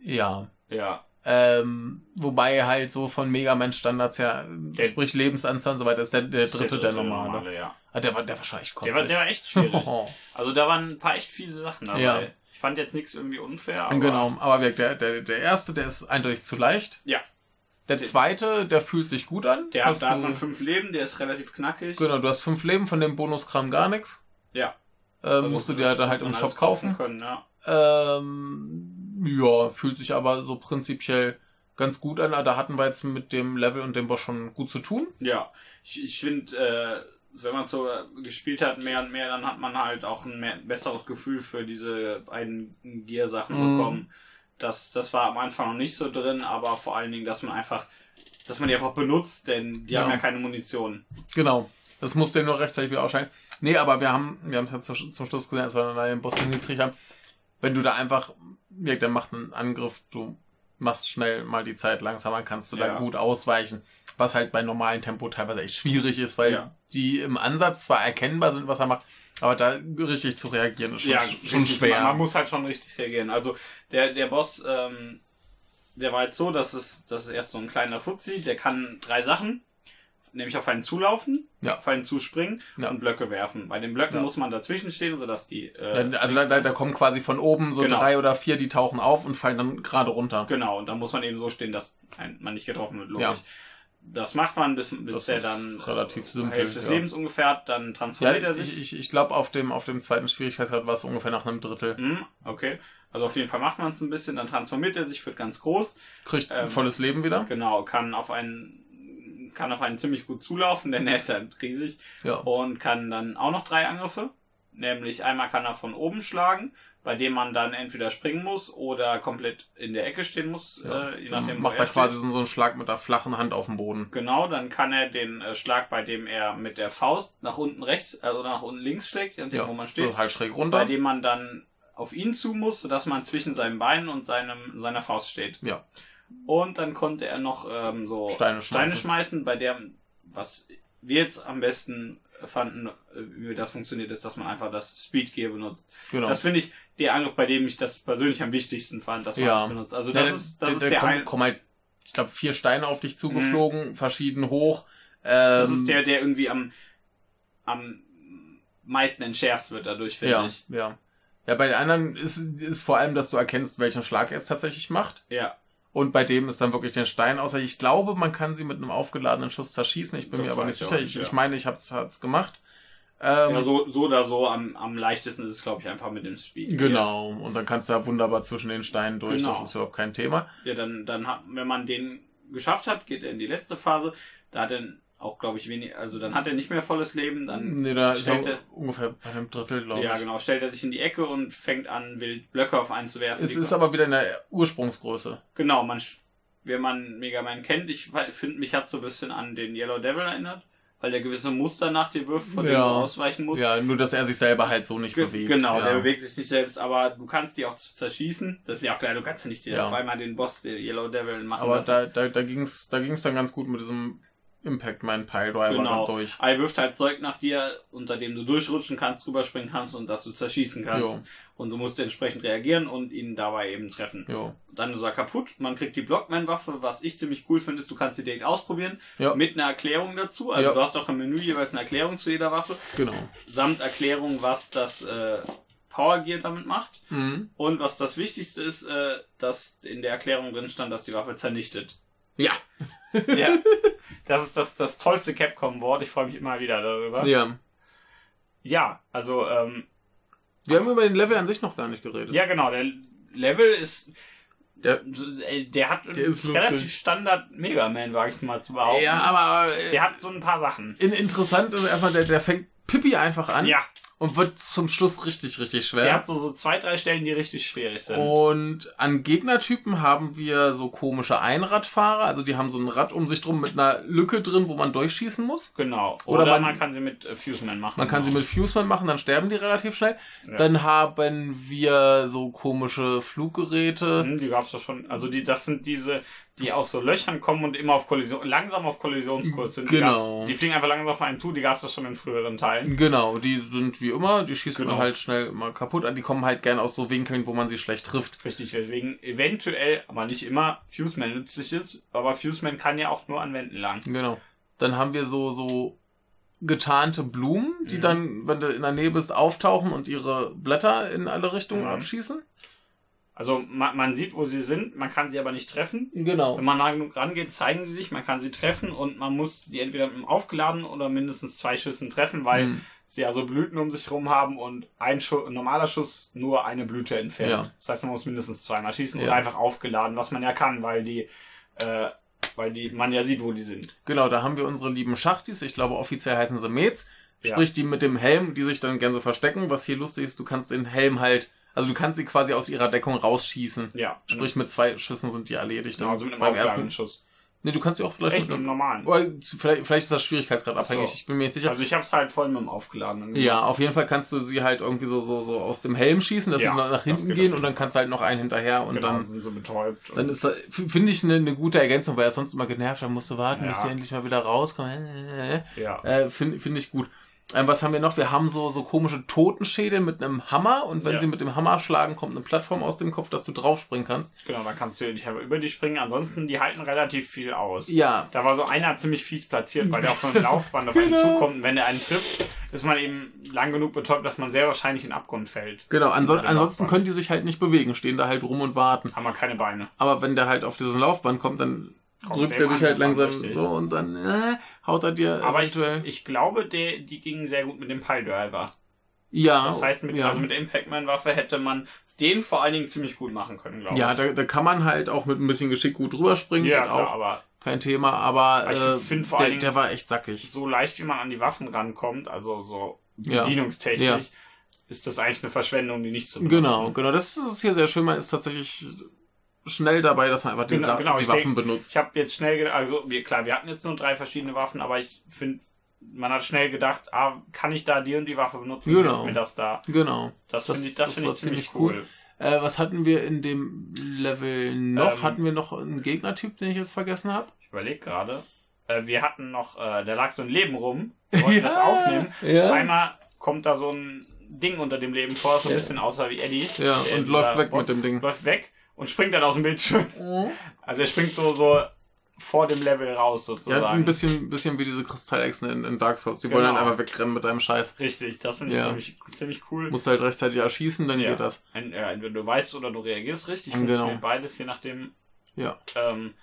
Speaker 3: ja.
Speaker 2: Ja,
Speaker 3: Ähm, wobei halt so von Mega Man Standards her, sprich Lebensanzahl und so weiter, ist der, der dritte der, normale.
Speaker 2: ja.
Speaker 3: Ah, der war, der war wahrscheinlich
Speaker 2: Der war,
Speaker 3: kotzig.
Speaker 2: der war echt schwierig.
Speaker 3: [laughs] Oh.
Speaker 2: Also da waren ein paar echt fiese Sachen dabei.
Speaker 3: Ja.
Speaker 2: Ich fand jetzt nichts irgendwie unfair. Aber
Speaker 3: genau, aber wie gesagt, der, der, der erste, der ist eindeutig zu leicht.
Speaker 2: Ja.
Speaker 3: Der zweite, der fühlt sich gut an.
Speaker 2: Der hat,
Speaker 3: hast
Speaker 2: da hat
Speaker 3: du,
Speaker 2: man fünf Leben, der ist relativ knackig.
Speaker 3: Genau, du hast fünf Leben, von dem Bonuskram gar nichts.
Speaker 2: Ja.
Speaker 3: Äh,
Speaker 2: Also
Speaker 3: musst du dir dann halt im
Speaker 2: alles
Speaker 3: Shop kaufen.
Speaker 2: können, ja.
Speaker 3: Ähm, ja, fühlt sich aber so prinzipiell ganz gut an. Da hatten wir jetzt mit dem Level und dem Boss schon gut zu tun.
Speaker 2: Ja. Ich, ich finde, äh, wenn man so gespielt hat, mehr und mehr, dann hat man halt auch ein mehr, besseres Gefühl für diese beiden Gear-Sachen
Speaker 3: Mhm.
Speaker 2: bekommen. Das, das war am Anfang noch nicht so drin, aber vor allen Dingen, dass man einfach, dass man die einfach benutzt, denn die
Speaker 3: Ja.
Speaker 2: haben ja keine Munition.
Speaker 3: Genau. Das musste nur rechtzeitig wieder ausscheiden. Nee, aber wir haben, wir haben es ja zum, Sch- zum Schluss gesehen, als wir dann den Boss hingekriegt haben, wenn du da einfach, ja, der macht einen Angriff, du machst schnell mal die Zeit langsamer, kannst du da
Speaker 2: Ja.
Speaker 3: gut ausweichen. Was halt bei normalem Tempo teilweise echt schwierig ist, weil
Speaker 2: Ja.
Speaker 3: die im Ansatz zwar erkennbar sind, was er macht, aber da richtig zu reagieren ist schon, schon
Speaker 2: richtig.
Speaker 3: schwer.
Speaker 2: Man, man muss halt schon richtig reagieren. Also der, der Boss, ähm, der war jetzt so, dass es, dass es erst so ein kleiner Fuzzi, der kann drei Sachen, nämlich auf einen zulaufen,
Speaker 3: Ja.
Speaker 2: auf einen zuspringen
Speaker 3: Ja.
Speaker 2: und Blöcke werfen. Bei den Blöcken
Speaker 3: Ja.
Speaker 2: muss man dazwischen stehen, sodass die äh,
Speaker 3: Dann- also da, da, da kommen quasi von oben so
Speaker 2: Genau.
Speaker 3: drei oder vier, die tauchen auf und fallen dann gerade runter.
Speaker 2: genau, und dann muss man eben so stehen, dass ein, man nicht getroffen wird, logisch.
Speaker 3: Ja.
Speaker 2: Das macht man, bis, bis
Speaker 3: Das
Speaker 2: der
Speaker 3: ist
Speaker 2: dann
Speaker 3: relativ
Speaker 2: äh,
Speaker 3: simpel,
Speaker 2: Hälfte des
Speaker 3: ja.
Speaker 2: Lebens ungefähr hat, dann
Speaker 3: Ja,
Speaker 2: transformiert er sich.
Speaker 3: ich ich, ich glaube, auf dem, auf dem zweiten Schwierigkeitsgrad war es ungefähr nach einem Drittel.
Speaker 2: Hm, okay. Also auf jeden Fall macht man es ein bisschen, dann transformiert er sich, wird ganz groß.
Speaker 3: Kriegt ein
Speaker 2: Ähm,
Speaker 3: volles Leben wieder.
Speaker 2: Genau, kann auf einen kann auf einen ziemlich gut zulaufen, denn er ist ja riesig
Speaker 3: Ja.
Speaker 2: und kann dann auch noch drei Angriffe, nämlich einmal kann er von oben schlagen, bei dem man dann entweder springen muss oder komplett in der Ecke stehen muss,
Speaker 3: ja.
Speaker 2: äh, je nachdem. wo
Speaker 3: macht er quasi
Speaker 2: steht.
Speaker 3: so einen Schlag mit der flachen Hand auf den Boden.
Speaker 2: Genau, dann kann er den äh, Schlag, bei dem er mit der Faust nach unten rechts äh, oder nach unten links schlägt, je nachdem,
Speaker 3: Ja,
Speaker 2: wo man steht,
Speaker 3: so halt schräg
Speaker 2: bei
Speaker 3: runter.
Speaker 2: dem man dann auf ihn zu muss, sodass man zwischen seinen Beinen und seinem seiner Faust steht.
Speaker 3: Ja.
Speaker 2: Und dann konnte er noch ähm, so
Speaker 3: Steine schmeißen.
Speaker 2: Steine schmeißen, bei der, was wir jetzt am besten fanden, äh, wie das funktioniert, ist, dass man einfach das Speed Gear benutzt.
Speaker 3: Genau.
Speaker 2: Das finde ich der Angriff, bei dem ich das persönlich am wichtigsten fand, dass man
Speaker 3: Ja.
Speaker 2: das benutzt. Also
Speaker 3: Ja,
Speaker 2: das ist, das
Speaker 3: der,
Speaker 2: ist
Speaker 3: der
Speaker 2: der,
Speaker 3: kommt,
Speaker 2: ein, Mhm.
Speaker 3: kommen halt, ich glaube, vier Steine auf dich zugeflogen, verschieden hoch. Ähm,
Speaker 2: das ist der, der irgendwie am, am meisten entschärft wird dadurch, finde
Speaker 3: ja,
Speaker 2: ich.
Speaker 3: ja. Ja, bei den anderen ist, ist vor allem, dass du erkennst, welchen Schlag er jetzt tatsächlich macht.
Speaker 2: Ja,
Speaker 3: Und bei dem ist dann wirklich der Stein außer. Ich glaube, man kann sie mit einem aufgeladenen Schuss zerschießen. Ich bin
Speaker 2: Das
Speaker 3: mir aber nicht
Speaker 2: weiß ich
Speaker 3: sicher.
Speaker 2: auch nicht,
Speaker 3: ich,
Speaker 2: ja.
Speaker 3: ich meine, ich hab's, hab's gemacht. Ähm,
Speaker 2: ja so, so oder so am, am leichtesten ist es, glaube ich, einfach mit dem Speed. Gear.
Speaker 3: Genau, und dann kannst du ja wunderbar zwischen den Steinen durch,
Speaker 2: Genau.
Speaker 3: das ist überhaupt kein Thema.
Speaker 2: Ja, dann, dann hat, wenn man den geschafft hat, geht er in die letzte Phase. Da hat er auch, glaube ich, wenig, also dann hat er nicht mehr volles Leben, dann
Speaker 3: Nee, da ist
Speaker 2: stellt
Speaker 3: er
Speaker 2: er,
Speaker 3: ungefähr bei einem Drittel, glaube
Speaker 2: ja
Speaker 3: ich.
Speaker 2: genau, stellt er sich in die Ecke und fängt an, wild Blöcke auf einen zu werfen.
Speaker 3: Es
Speaker 2: Die
Speaker 3: ist
Speaker 2: kommen-
Speaker 3: aber wieder in der Ursprungsgröße.
Speaker 2: genau, man, sch- wenn man Mega Man kennt, ich finde, mich hat so ein bisschen an den Yellow Devil erinnert, weil der gewisse Muster nach dir wirft, von dem
Speaker 3: Ja.
Speaker 2: du ausweichen musst.
Speaker 3: Ja, nur dass er sich selber halt so nicht
Speaker 2: Ge-
Speaker 3: bewegt.
Speaker 2: Genau,
Speaker 3: ja.
Speaker 2: der bewegt sich nicht selbst, aber du kannst die auch z- zerschießen. Das ist ja auch klar, du kannst ja nicht den,
Speaker 3: Ja.
Speaker 2: auf einmal den Boss, den Yellow Devil, machen.
Speaker 3: Aber
Speaker 2: lassen.
Speaker 3: da, da, da ging es da ging's dann ganz gut mit diesem Impact Man Pile Driver
Speaker 2: Genau.
Speaker 3: durch.
Speaker 2: Ei wirft halt Zeug nach dir, unter dem du durchrutschen kannst, drüberspringen kannst und das du zerschießen kannst.
Speaker 3: Jo,
Speaker 2: Und du musst entsprechend reagieren und ihn dabei eben treffen.
Speaker 3: jo.
Speaker 2: Dann ist er kaputt. Man kriegt die Blockman-Waffe, was ich ziemlich cool finde, ist, du kannst sie direkt ausprobieren.
Speaker 3: Ja.
Speaker 2: Mit einer Erklärung dazu. Also
Speaker 3: Ja.
Speaker 2: du hast auch im Menü jeweils eine Erklärung zu jeder Waffe.
Speaker 3: Genau.
Speaker 2: Samt Erklärung, was das äh, Power Gear damit macht.
Speaker 3: Mhm.
Speaker 2: Und was das Wichtigste ist, äh, dass in der Erklärung drin stand, dass die Waffe zernichtet.
Speaker 3: Ja.
Speaker 2: Ja. [laughs] Das ist das, das tollste Capcom-Wort. Ich freue mich immer wieder darüber. Ja,
Speaker 3: Ja.
Speaker 2: also, ähm,
Speaker 3: Wir haben über den Level an sich noch gar nicht geredet.
Speaker 2: ja, genau. Der Level ist.
Speaker 3: Der-
Speaker 2: äh, der hat
Speaker 3: Der ist lustig.
Speaker 2: relativ Standard Mega Man, wage ich mal zu behaupten.
Speaker 3: ja aber
Speaker 2: Der
Speaker 3: äh,
Speaker 2: hat so ein paar Sachen.
Speaker 3: in, interessant ist erstmal, der, der fängt Pippi einfach an
Speaker 2: Ja,
Speaker 3: und wird zum Schluss richtig, richtig
Speaker 2: der
Speaker 3: schwer.
Speaker 2: hat so, so zwei, drei Stellen, die richtig schwierig sind.
Speaker 3: Oh. Und an Gegnertypen haben wir so komische Einradfahrer, also die haben so ein Rad um sich drum mit einer Lücke drin, wo man durchschießen muss.
Speaker 2: Genau. Oder,
Speaker 3: Oder
Speaker 2: man,
Speaker 3: man-
Speaker 2: kann sie mit äh, Fuseman machen.
Speaker 3: Man kann sie
Speaker 2: genau.
Speaker 3: mit Fuseman machen, dann sterben die relativ schnell.
Speaker 2: Ja.
Speaker 3: Dann haben wir so komische Fluggeräte.
Speaker 2: Mhm, Die gab's doch schon. Also die, das sind diese, die aus so Löchern kommen und immer auf Kollision, langsam auf Kollisionskurs sind. Die,
Speaker 3: Genau.
Speaker 2: gab's- die fliegen einfach langsam auf einen zu. Die gab's doch schon in früheren Teilen.
Speaker 3: Genau, die sind wie immer, die schießt
Speaker 2: Mhm. Genau.
Speaker 3: man halt schnell mal kaputt an. Die kommen halt gern aus so Winkeln, wo man sie schlecht trifft.
Speaker 2: Richtig, weswegen eventuell, aber nicht immer, Fuseman nützlich ist. Aber Fuseman kann ja auch nur an Wänden lang.
Speaker 3: Genau. Dann haben wir so, so getarnte Blumen, die
Speaker 2: Mhm.
Speaker 3: dann, wenn du in der Nähe bist, auftauchen und ihre Blätter in alle Richtungen
Speaker 2: Mhm.
Speaker 3: abschießen.
Speaker 2: Also man, man sieht, wo sie sind, man kann sie aber nicht treffen.
Speaker 3: Genau.
Speaker 2: Wenn man nah genug rangeht, zeigen sie sich, man kann sie treffen und man muss sie entweder mit einem aufgeladen oder mindestens zwei Schüssen treffen, weil
Speaker 3: Mhm.
Speaker 2: sie also Blüten um sich rum haben und ein, Schu ein normaler Schuss nur eine Blüte entfernt.
Speaker 3: Ja.
Speaker 2: Das heißt, man muss mindestens zweimal schießen oder
Speaker 3: Ja.
Speaker 2: einfach aufgeladen, was man ja kann, weil die, äh, weil die, man ja sieht, wo die sind.
Speaker 3: Genau, da haben wir unsere lieben Schachtis, ich glaube offiziell heißen sie Mets,
Speaker 2: Ja.
Speaker 3: sprich die mit dem Helm, die sich dann Gänse verstecken. Was hier lustig ist, du kannst den Helm halt, also du kannst sie quasi aus ihrer Deckung rausschießen.
Speaker 2: Ja.
Speaker 3: Sprich, mit zwei Schüssen sind die erledigt.
Speaker 2: genau, also mit einem
Speaker 3: Beim
Speaker 2: aufgeladenen
Speaker 3: ersten.
Speaker 2: Schuss.
Speaker 3: Nee, du kannst sie auch vielleicht
Speaker 2: Echt mit einem
Speaker 3: mit
Speaker 2: normalen.
Speaker 3: oder zu- vielleicht, vielleicht ist das Schwierigkeitsgrad
Speaker 2: Ach so.
Speaker 3: abhängig, Oh, ich bin mir nicht sicher.
Speaker 2: Also ich hab's halt voll mit dem aufgeladenen. gemacht.
Speaker 3: ja, auf jeden Fall kannst du sie halt irgendwie so, so, so aus dem Helm schießen, dass
Speaker 2: Ja,
Speaker 3: sie nach- nach
Speaker 2: das
Speaker 3: hinten
Speaker 2: geht
Speaker 3: gehen
Speaker 2: auch.
Speaker 3: und dann kannst du halt noch einen hinterher und
Speaker 2: genau,
Speaker 3: dann.
Speaker 2: sind sie betäubt.
Speaker 3: Dann ist das- f- finde ich eine, eine gute Ergänzung, weil er sonst immer genervt, dann musst du warten, bis
Speaker 2: Ja.
Speaker 3: die endlich mal wieder rauskommen.
Speaker 2: ja.
Speaker 3: Äh, Finde find ich gut. Ähm, was haben wir noch? Wir haben so, so komische Totenschädel mit einem Hammer und wenn
Speaker 2: Ja.
Speaker 3: sie mit dem Hammer schlagen, kommt eine Plattform aus dem Kopf, dass du draufspringen kannst.
Speaker 2: genau, dann kannst du nicht einfach über die springen. Ansonsten, die halten relativ viel aus.
Speaker 3: Ja,
Speaker 2: Da war so einer ziemlich fies platziert, weil der auf so ein Laufband auf einen
Speaker 3: Genau.
Speaker 2: zukommt. Und wenn der einen trifft, ist man eben lang genug betäubt, dass man sehr wahrscheinlich in den Abgrund fällt.
Speaker 3: genau. Anson
Speaker 2: Mit dem
Speaker 3: ansonsten
Speaker 2: Laufband.
Speaker 3: können die sich halt nicht bewegen, stehen da halt rum und warten.
Speaker 2: Haben wir keine Beine.
Speaker 3: Aber wenn der halt auf dieses Laufband kommt, dann
Speaker 2: Kommt
Speaker 3: drückt
Speaker 2: dem
Speaker 3: er dich halt
Speaker 2: anderen
Speaker 3: langsam
Speaker 2: richtig.
Speaker 3: so und dann äh, haut er dir
Speaker 2: Aber ich,
Speaker 3: eventuell.
Speaker 2: ich glaube, der, die gingen sehr gut mit dem Piledriver.
Speaker 3: ja,
Speaker 2: Das heißt, mit,
Speaker 3: Ah, ja.
Speaker 2: also mit der Impact-Man-Waffe hätte man den vor allen Dingen ziemlich gut machen können, glaube ich.
Speaker 3: ja, da, da kann man halt auch mit ein bisschen Geschick gut rüberspringen,
Speaker 2: ja
Speaker 3: geht
Speaker 2: klar,
Speaker 3: auch
Speaker 2: aber
Speaker 3: kein Thema, aber
Speaker 2: Aber ich
Speaker 3: äh,
Speaker 2: find vor allen
Speaker 3: der,
Speaker 2: Dingen-
Speaker 3: der war echt sackig.
Speaker 2: so leicht, wie man an die Waffen rankommt, also so
Speaker 3: Ja.
Speaker 2: bedienungstechnisch,
Speaker 3: Ja.
Speaker 2: ist das eigentlich eine Verschwendung, die nicht zu benutzen.
Speaker 3: Genau, genau. Das ist hier sehr schön. Man ist tatsächlich schnell dabei, dass man einfach die,
Speaker 2: Genau,
Speaker 3: Sa-
Speaker 2: genau,
Speaker 3: die
Speaker 2: ich
Speaker 3: Waffen
Speaker 2: Ich
Speaker 3: benutzt.
Speaker 2: habe jetzt schnell gedacht, also wir, klar, wir hatten jetzt nur drei verschiedene Waffen, aber ich finde, man hat schnell gedacht, ah, kann ich da die und die Waffe benutzen?
Speaker 3: Genau.
Speaker 2: Hilft mir das da?
Speaker 3: Genau.
Speaker 2: Das,
Speaker 3: Das-
Speaker 2: finde ich, das
Speaker 3: das
Speaker 2: finde
Speaker 3: war
Speaker 2: ich ziemlich
Speaker 3: ziemlich cool.
Speaker 2: cool.
Speaker 3: Äh, was hatten wir in dem Level noch?
Speaker 2: Ähm,
Speaker 3: hatten wir noch einen Gegnertyp, den ich jetzt vergessen habe?
Speaker 2: Ich überlege gerade. Äh, wir hatten noch, äh, da lag so ein Leben rum. Wir wollten das aufnehmen. Auf
Speaker 3: Ja.
Speaker 2: einmal kommt da so ein Ding unter dem Leben vor, so ein
Speaker 3: Ja.
Speaker 2: bisschen außer wie Eddie.
Speaker 3: Ja,
Speaker 2: Der-
Speaker 3: und
Speaker 2: dieser
Speaker 3: läuft weg
Speaker 2: Bot
Speaker 3: mit dem Ding.
Speaker 2: Läuft weg und springt dann aus dem Bildschirm. [laughs] Also er springt so, so vor dem Level raus sozusagen.
Speaker 3: Ja, ein bisschen, bisschen wie diese Kristallechsen in, in Dark Souls. Die wollen
Speaker 2: Genau.
Speaker 3: halt einfach wegrennen mit deinem Scheiß.
Speaker 2: Richtig, das finde ich
Speaker 3: Ja.
Speaker 2: ziemlich, ziemlich cool.
Speaker 3: Musst du halt rechtzeitig erschießen, dann
Speaker 2: Ja.
Speaker 3: geht das.
Speaker 2: Ent- ja, Entweder äh, du weißt oder du reagierst richtig. Funktioniert
Speaker 3: Genau.
Speaker 2: beides, je nachdem.
Speaker 3: Ja.
Speaker 2: Ähm,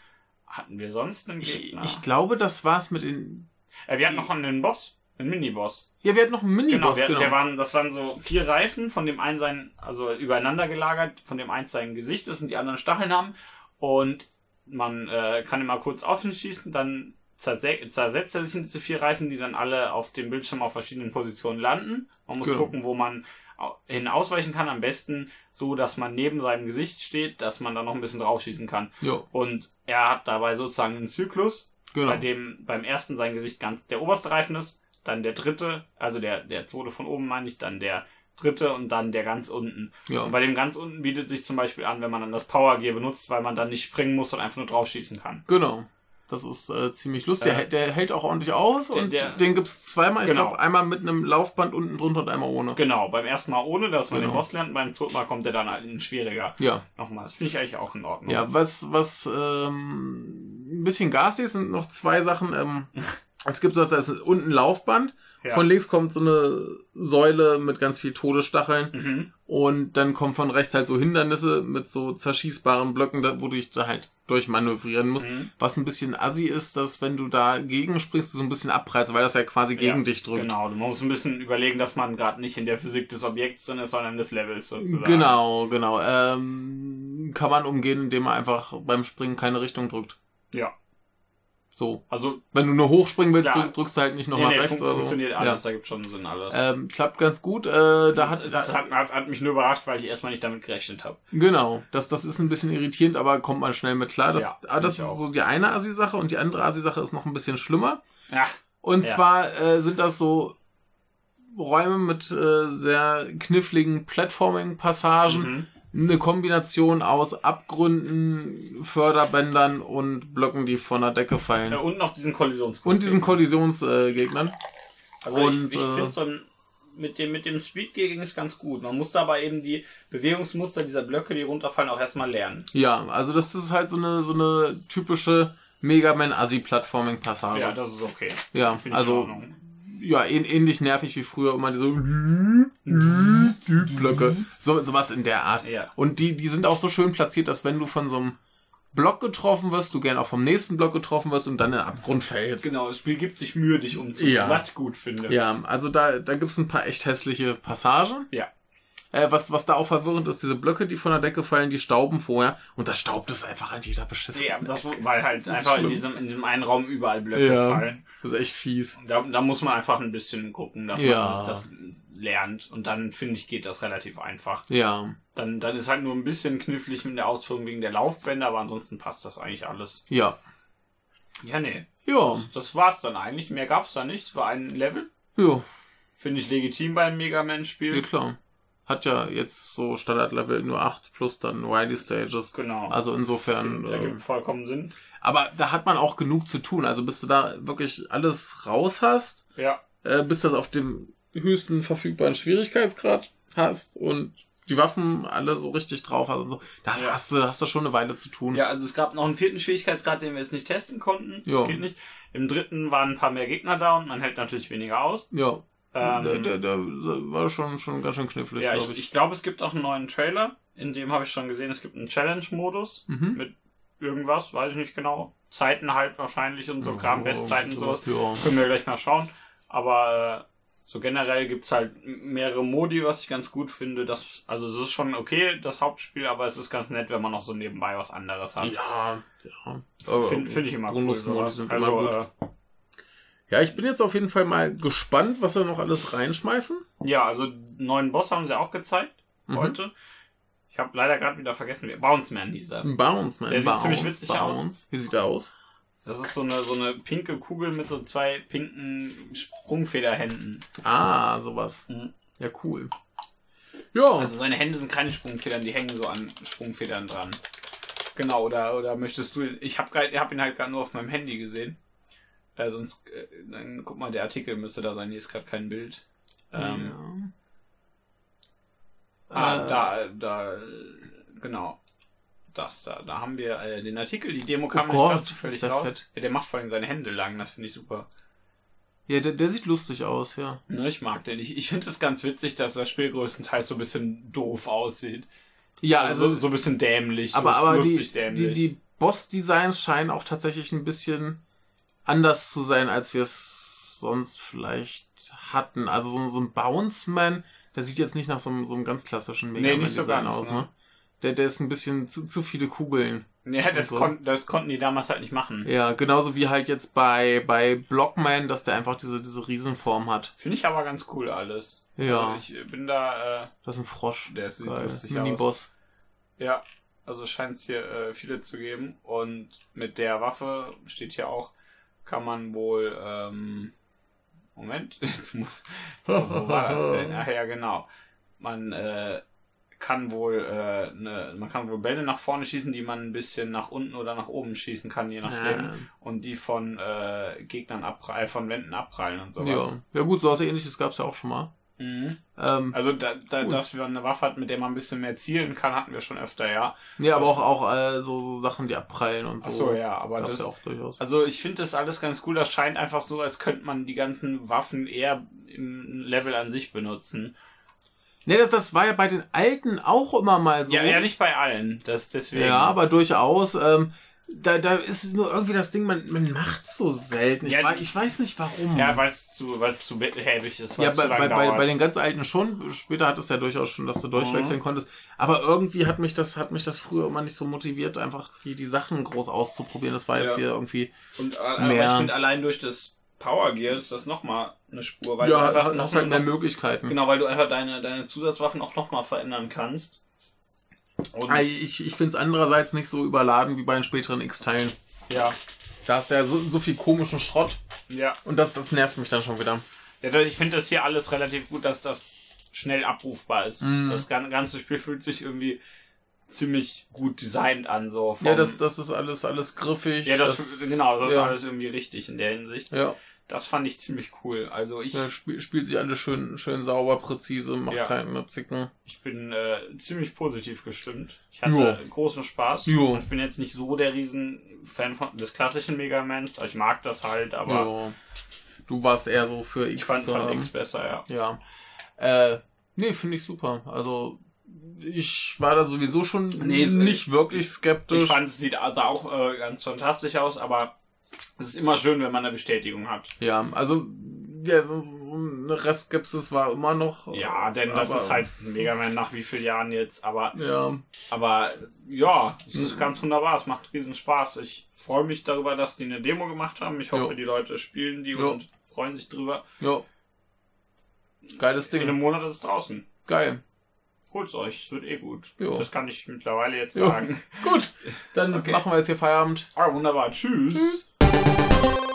Speaker 2: hatten wir sonst einen
Speaker 3: Ich,
Speaker 2: Gegner?
Speaker 3: ich glaube, das war's mit den.
Speaker 2: äh, wir hatten noch einen Boss, einen Miniboss.
Speaker 3: Ja, wir hatten noch einen
Speaker 2: Genau,
Speaker 3: Miniboss,
Speaker 2: wir,
Speaker 3: genau.
Speaker 2: Der waren, das waren so vier Reifen, von dem einen sein, also übereinander gelagert, von dem eins sein Gesicht ist und die anderen Stacheln haben. Und Man äh, kann immer kurz offen schießen, dann zerse zersetzt er sich in diese vier Reifen, die dann alle auf dem Bildschirm auf verschiedenen Positionen landen. Man muss
Speaker 3: Genau.
Speaker 2: gucken, wo man au- hin ausweichen kann, am besten so, dass man neben seinem Gesicht steht, dass man dann noch ein bisschen draufschießen kann.
Speaker 3: Jo,
Speaker 2: Und er hat dabei sozusagen einen Zyklus,
Speaker 3: genau.
Speaker 2: bei dem beim ersten sein Gesicht ganz der oberste Reifen ist, dann der dritte, also der, der zweite von oben meine ich, dann der dritte und dann der ganz unten.
Speaker 3: ja.
Speaker 2: Und bei dem ganz unten bietet sich zum Beispiel an, wenn man dann das Power Gear benutzt, weil man dann nicht springen muss und einfach nur draufschießen kann.
Speaker 3: Genau. Das ist äh, ziemlich lustig.
Speaker 2: Äh,
Speaker 3: der, der hält auch ordentlich aus
Speaker 2: der-
Speaker 3: und
Speaker 2: der-
Speaker 3: den gibt's zweimal.
Speaker 2: Genau.
Speaker 3: Ich glaube, einmal mit einem Laufband unten drunter und einmal ohne.
Speaker 2: Genau, beim ersten Mal ohne, dass man
Speaker 3: Genau.
Speaker 2: den Boss lernt, beim zweiten Mal kommt er dann halt in schwieriger.
Speaker 3: Ja,
Speaker 2: Nochmal, das finde ich eigentlich auch in Ordnung.
Speaker 3: ja. Was, was ähm, ein bisschen garstig ist, sind noch zwei Sachen.
Speaker 2: [laughs]
Speaker 3: Ähm, es gibt das, da ist unten ein Laufband.
Speaker 2: Ja.
Speaker 3: Von links kommt so eine Säule mit ganz viel Todesstacheln.
Speaker 2: Mhm.
Speaker 3: Und dann kommen von rechts halt so Hindernisse mit so zerschießbaren Blöcken, da- wo du dich da halt durchmanövrieren musst.
Speaker 2: Mhm.
Speaker 3: Was ein bisschen assi ist, dass wenn du dagegen springst, du so ein bisschen abprallst, weil das ja quasi gegen
Speaker 2: Ja,
Speaker 3: dich drückt.
Speaker 2: Genau, man muss ein bisschen überlegen, dass man gerade nicht in der Physik des Objekts drin ist, sondern des Levels sozusagen.
Speaker 3: Genau, genau. Ähm, kann man umgehen, indem man einfach beim Springen keine Richtung drückt.
Speaker 2: Ja.
Speaker 3: So.
Speaker 2: Also,
Speaker 3: Wenn du nur hochspringen willst,
Speaker 2: Ja.
Speaker 3: drück- drückst du halt nicht
Speaker 2: nee,
Speaker 3: nochmal
Speaker 2: nee,
Speaker 3: rechts.
Speaker 2: fun
Speaker 3: Oder so.
Speaker 2: funktioniert
Speaker 3: ja.
Speaker 2: alles, da gibt schon Sinn alles.
Speaker 3: ähm, klappt ganz gut. Äh, da
Speaker 2: das,
Speaker 3: hat,
Speaker 2: das
Speaker 3: da,
Speaker 2: hat, hat, hat mich nur überrascht, weil ich erstmal nicht damit gerechnet habe.
Speaker 3: genau, das, das ist ein bisschen irritierend, aber kommt man schnell mit klar. Das,
Speaker 2: Ja,
Speaker 3: ah, das
Speaker 2: ich auch.
Speaker 3: ist so die eine Asi-Sache und die andere Asi-Sache ist noch ein bisschen schlimmer.
Speaker 2: Ach,
Speaker 3: Und
Speaker 2: Ja.
Speaker 3: zwar äh, sind das so Räume mit äh, sehr kniffligen Platforming-Passagen.
Speaker 2: mhm.
Speaker 3: eine Kombination aus Abgründen, Förderbändern und Blöcken, die von der Decke fallen.
Speaker 2: Äh, Und noch diesen Kollisionskurs.
Speaker 3: und diesen Kollisionsgegnern. Äh, Gegnern.
Speaker 2: Also
Speaker 3: und,
Speaker 2: ich, ich
Speaker 3: äh,
Speaker 2: finde so ein- mit dem, mit dem Speedgear ging es ganz gut. Man muss dabei eben die Bewegungsmuster dieser Blöcke, die runterfallen, auch erstmal lernen.
Speaker 3: ja, also das ist halt so eine, so eine typische Mega Man Assi Platforming Passage.
Speaker 2: ja,
Speaker 3: Ja,
Speaker 2: Also das ist okay. Find ich in
Speaker 3: also
Speaker 2: Ordnung.
Speaker 3: ja, ähn, ähnlich nervig wie früher immer diese Blöcke. So sowas in der Art.
Speaker 2: Ja.
Speaker 3: Und die die sind auch so schön platziert, dass wenn du von so einem Block getroffen wirst, du gern auch vom nächsten Block getroffen wirst und dann in den Abgrund fällst.
Speaker 2: Genau, das Spiel gibt sich Mühe, dich umzubringen,
Speaker 3: Ja.
Speaker 2: was ich gut finde.
Speaker 3: Ja, also da, da gibt's ein paar echt hässliche Passagen.
Speaker 2: Ja.
Speaker 3: Äh, was, was da auch verwirrend ist, diese Blöcke, die von der Decke fallen, die stauben vorher und da staubt es einfach an jeder beschissen.
Speaker 2: Ja, das, weil halt
Speaker 3: ist
Speaker 2: einfach in
Speaker 3: schlimm.
Speaker 2: diesem, in diesem einen Raum überall Blöcke
Speaker 3: Ja.
Speaker 2: fallen.
Speaker 3: Das ist echt fies.
Speaker 2: Da, da muss man einfach ein bisschen gucken, dass
Speaker 3: Ja.
Speaker 2: man das lernt. Und dann, finde ich, geht das relativ einfach.
Speaker 3: Ja,
Speaker 2: Dann, dann ist halt nur ein bisschen knifflig mit der Ausführung wegen der Laufbänder, aber ansonsten passt das eigentlich alles.
Speaker 3: ja.
Speaker 2: Ja, nee.
Speaker 3: Ja,
Speaker 2: Das, das war's dann eigentlich. Mehr gab's da nicht. Es war ein Level.
Speaker 3: ja,
Speaker 2: Finde ich legitim beim Mega
Speaker 3: ja,
Speaker 2: Man-Spiel.
Speaker 3: klar. Hat ja jetzt so Standardlevel nur 8 plus dann Wily Stages.
Speaker 2: Genau.
Speaker 3: Also insofern,
Speaker 2: Da
Speaker 3: äh,
Speaker 2: gibt vollkommen Sinn.
Speaker 3: aber da hat man auch genug zu tun. Also bis du da wirklich alles raus hast,
Speaker 2: Ja.
Speaker 3: äh, bis das auf dem höchsten verfügbaren Schwierigkeitsgrad hast und die Waffen alle so richtig drauf hast und so, da
Speaker 2: Ja.
Speaker 3: hast du, hast du schon eine Weile zu tun.
Speaker 2: Ja, also es gab noch einen vierten Schwierigkeitsgrad, den wir jetzt nicht testen konnten. Das
Speaker 3: Jo.
Speaker 2: geht nicht. Im dritten waren ein paar mehr Gegner da und man hält natürlich weniger aus.
Speaker 3: ja. der,
Speaker 2: Ähm,
Speaker 3: der, der war schon, schon ganz schön knifflig,
Speaker 2: ja, ich,
Speaker 3: glaube ich.
Speaker 2: ich glaube, es gibt auch einen neuen Trailer. In dem habe ich schon gesehen, es gibt einen Challenge-Modus.
Speaker 3: Mhm.
Speaker 2: Mit irgendwas, weiß ich nicht genau. Zeiten halt wahrscheinlich und so Kram, Bestzeiten und sowas.
Speaker 3: Ja.
Speaker 2: Können wir gleich mal schauen. Aber äh, so generell gibt's halt m- mehrere Modi, was ich ganz gut finde. Das, also es ist schon okay, das Hauptspiel, aber es ist ganz nett, wenn man noch so nebenbei was anderes hat.
Speaker 3: Ja, ja.
Speaker 2: Finde find ich immer cool.
Speaker 3: Bonusmodi
Speaker 2: sowas.
Speaker 3: sind
Speaker 2: also,
Speaker 3: immer gut. Ja, ich bin jetzt auf jeden Fall mal gespannt, was wir noch alles reinschmeißen.
Speaker 2: Äh, ja, also neuen Boss haben sie auch gezeigt
Speaker 3: Mhm.
Speaker 2: heute. Ich habe leider gerade wieder vergessen, wie Bounce Man hieß er.
Speaker 3: Ein Bounce, man.
Speaker 2: Der sieht
Speaker 3: Bounce,
Speaker 2: ziemlich witzig aus.
Speaker 3: Wie sieht er aus?
Speaker 2: Das ist so eine, so eine pinke Kugel mit so zwei pinken Sprungfederhänden.
Speaker 3: Ah, sowas.
Speaker 2: Mhm.
Speaker 3: Ja, cool. Ja.
Speaker 2: Also seine Hände sind keine Sprungfedern, die hängen so an Sprungfedern dran. Genau, oder, oder möchtest du ihn. Ich habe hab ihn halt gerade nur auf meinem Handy gesehen. Äh, sonst, äh, dann guck mal, der Artikel müsste da sein. Hier ist gerade kein Bild. Ähm,
Speaker 3: ja.
Speaker 2: Ah,
Speaker 3: Äh,
Speaker 2: da, da, äh, genau. Das da. Da haben wir äh, den Artikel. Die Demo kam
Speaker 3: Oh
Speaker 2: jetzt
Speaker 3: Gott,
Speaker 2: gerade zufällig
Speaker 3: ist der
Speaker 2: raus.
Speaker 3: fett.
Speaker 2: Ja, der macht vor allem seine Hände lang, das finde ich super.
Speaker 3: Ja, der, der sieht lustig aus, ja.
Speaker 2: Ne, ich mag den. Ich, ich finde es ganz witzig, dass das Spiel größtenteils so ein bisschen doof aussieht.
Speaker 3: Ja,
Speaker 2: Also,
Speaker 3: also,
Speaker 2: so, so ein bisschen dämlich.
Speaker 3: aber,
Speaker 2: lust-
Speaker 3: aber
Speaker 2: lustig
Speaker 3: die,
Speaker 2: dämlich.
Speaker 3: die, die Boss-Designs scheinen auch tatsächlich ein bisschen anders zu sein, als wir es sonst vielleicht hatten. Also so, so ein Bounceman, der sieht jetzt nicht nach so einem, so einem ganz klassischen
Speaker 2: Nee,
Speaker 3: Mega
Speaker 2: nicht so
Speaker 3: Man-Design
Speaker 2: ganz,
Speaker 3: aus,
Speaker 2: ne?
Speaker 3: ne? Der, der ist ein bisschen zu, zu viele Kugeln.
Speaker 2: Ja, das,
Speaker 3: so.
Speaker 2: kon das konnten die damals halt nicht machen.
Speaker 3: Ja, genauso wie halt jetzt bei, bei Blockman, dass der einfach diese, diese Riesenform hat.
Speaker 2: Finde ich aber ganz cool alles.
Speaker 3: Ja.
Speaker 2: Also ich bin da, äh,
Speaker 3: Das ist ein Frosch.
Speaker 2: der sieht
Speaker 3: Geil.
Speaker 2: lustig aus.
Speaker 3: Miniboss.
Speaker 2: Ja, also scheint es hier äh, viele zu geben. Und mit der Waffe steht hier auch, kann man wohl. Ähm, Moment, [laughs] jetzt muss. Wo war das denn? Ach ja, genau. Man äh, kann wohl äh, ne, man kann wohl Bälle nach vorne schießen, die man ein bisschen nach unten oder nach oben schießen kann, je nachdem.
Speaker 3: Ja.
Speaker 2: Und die von äh, Gegnern abprallen, von Wänden abprallen und sowas.
Speaker 3: Ja. ja, gut, sowas ähnliches gab's ja auch schon mal.
Speaker 2: Mhm.
Speaker 3: Ähm,
Speaker 2: Also da, da,
Speaker 3: Gut.
Speaker 2: dass wir eine Waffe hat, mit der man ein bisschen mehr zielen kann, hatten wir schon öfter, ja.
Speaker 3: ja, aber auch, auch äh, so, so Sachen, die abprallen und so.
Speaker 2: Ach so, ja, aber
Speaker 3: Gab's
Speaker 2: das
Speaker 3: ja auch durchaus.
Speaker 2: Also ich finde das alles ganz cool. Das scheint einfach so, als könnte man die ganzen Waffen eher im Level an sich benutzen.
Speaker 3: Ne, das, das war ja bei den alten auch immer mal so.
Speaker 2: Ja, ja, nicht bei allen. Das deswegen.
Speaker 3: Also- Ja, aber durchaus. Ähm, da, da ist nur irgendwie das Ding, man, man macht's so selten. Ich,
Speaker 2: Ja,
Speaker 3: wei- ich weiß nicht warum.
Speaker 2: ja, weil es zu, weil's zu behäbig ist.
Speaker 3: Ja,
Speaker 2: weil's
Speaker 3: bei,
Speaker 2: zu lang
Speaker 3: bei, bei,
Speaker 2: dauert.
Speaker 3: bei den ganz alten schon. Später hat es ja durchaus schon, dass du
Speaker 2: Mhm.
Speaker 3: durchwechseln konntest. Aber irgendwie hat mich das, hat mich das früher immer nicht so motiviert, einfach die, die Sachen groß auszuprobieren. Das war jetzt
Speaker 2: Ja.
Speaker 3: hier irgendwie.
Speaker 2: Und äh, aber
Speaker 3: Mehr.
Speaker 2: ich finde allein durch das Power Gear ist das nochmal eine Spur, weil du
Speaker 3: ja,
Speaker 2: einfach
Speaker 3: ha-
Speaker 2: noch,
Speaker 3: hast halt mehr
Speaker 2: noch,
Speaker 3: Möglichkeiten.
Speaker 2: genau, weil du einfach deine, deine Zusatzwaffen auch nochmal verändern kannst. Und,
Speaker 3: Ah, Ich, ich find's andererseits nicht so überladen wie bei den späteren X-Teilen.
Speaker 2: ja,
Speaker 3: Da ist ja so, so viel komischen Schrott.
Speaker 2: ja.
Speaker 3: Und das, das nervt mich dann schon wieder.
Speaker 2: Ja, da- ich finde das hier alles relativ gut, dass das schnell abrufbar ist.
Speaker 3: Mhm.
Speaker 2: Das gan- ganze Spiel fühlt sich irgendwie ziemlich gut designt an, so. vom-
Speaker 3: Ja, das, das ist alles, alles griffig.
Speaker 2: ja, das, genau, das
Speaker 3: ja.
Speaker 2: ist alles irgendwie richtig in der Hinsicht.
Speaker 3: Ja,
Speaker 2: Das fand ich ziemlich cool. Also ich,
Speaker 3: ja spiel, spielt sich alles schön, schön sauber, präzise, macht
Speaker 2: Ja.
Speaker 3: keine Zicken.
Speaker 2: ich bin äh, ziemlich positiv gestimmt. Ich hatte
Speaker 3: Jo.
Speaker 2: großen Spaß.
Speaker 3: Jo.
Speaker 2: Und ich bin jetzt nicht so der riesen Fan von, des klassischen Mega Mans. Ich mag das halt, aber
Speaker 3: ja. Du warst eher so für X.
Speaker 2: ich fand,
Speaker 3: zu
Speaker 2: fand
Speaker 3: haben.
Speaker 2: X besser, ja.
Speaker 3: Ja. Äh, nee, finde ich super. Also, ich war da sowieso schon
Speaker 2: Nee,
Speaker 3: nicht wirklich skeptisch.
Speaker 2: Ich fand, es sieht also auch äh, ganz fantastisch aus, aber es ist immer schön, wenn man eine Bestätigung hat.
Speaker 3: ja, also, ja, so, so so eine Restskepsis war immer noch.
Speaker 2: Ja, denn das
Speaker 3: aber-
Speaker 2: ist halt Mega Man nach wie vielen Jahren jetzt, aber
Speaker 3: Ja,
Speaker 2: aber ja, es
Speaker 3: Mhm.
Speaker 2: ist ganz wunderbar, es macht riesen Spaß. Ich freue mich darüber, dass die eine Demo gemacht haben. Ich hoffe,
Speaker 3: Jo.
Speaker 2: die Leute spielen die
Speaker 3: Jo.
Speaker 2: und freuen sich drüber.
Speaker 3: ja. Geiles
Speaker 2: In einem
Speaker 3: Ding.
Speaker 2: Monat ist es draußen.
Speaker 3: Geil.
Speaker 2: Holt's euch, es wird eh gut.
Speaker 3: Jo.
Speaker 2: Das kann ich mittlerweile jetzt
Speaker 3: Jo. [laughs]
Speaker 2: sagen.
Speaker 3: Gut, dann
Speaker 2: Okay.
Speaker 3: machen wir jetzt hier Feierabend.
Speaker 2: Ah, wunderbar. Tschüss.
Speaker 3: Tschüss.